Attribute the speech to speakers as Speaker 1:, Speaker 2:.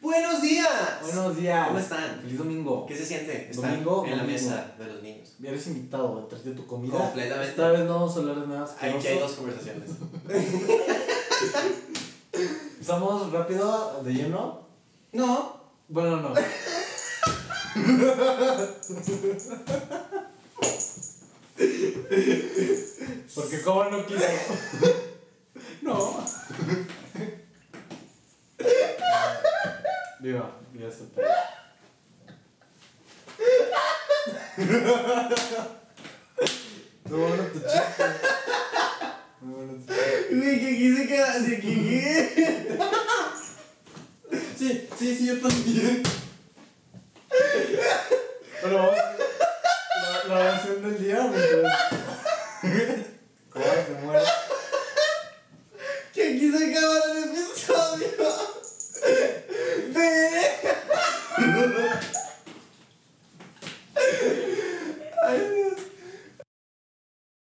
Speaker 1: Buenos días.
Speaker 2: Buenos días.
Speaker 1: ¿Cómo están?
Speaker 2: Feliz domingo.
Speaker 1: ¿Qué se siente? Estar
Speaker 2: Domingo,
Speaker 1: en la
Speaker 2: domingo.
Speaker 1: mesa de los niños.
Speaker 2: Ya eres invitado, traje tu comida.
Speaker 1: Completamente.
Speaker 2: Esta vez no vamos a hablar de nada. asqueroso.
Speaker 1: Aquí hay dos conversaciones.
Speaker 2: Empezamos rápido, de lleno.
Speaker 1: No.
Speaker 2: Bueno, no. Porque como no quiso. no. Viva, ya se puede. Muy bueno tu chiste. Muy bueno tu chiste.
Speaker 1: Güey, que aquí se queda. De que
Speaker 2: Sí, sí, sí, yo también. Bueno, vamos. La, la oración del día, mientras. ¿Cómo se muere?
Speaker 1: que aquí se acaba el episodio. De.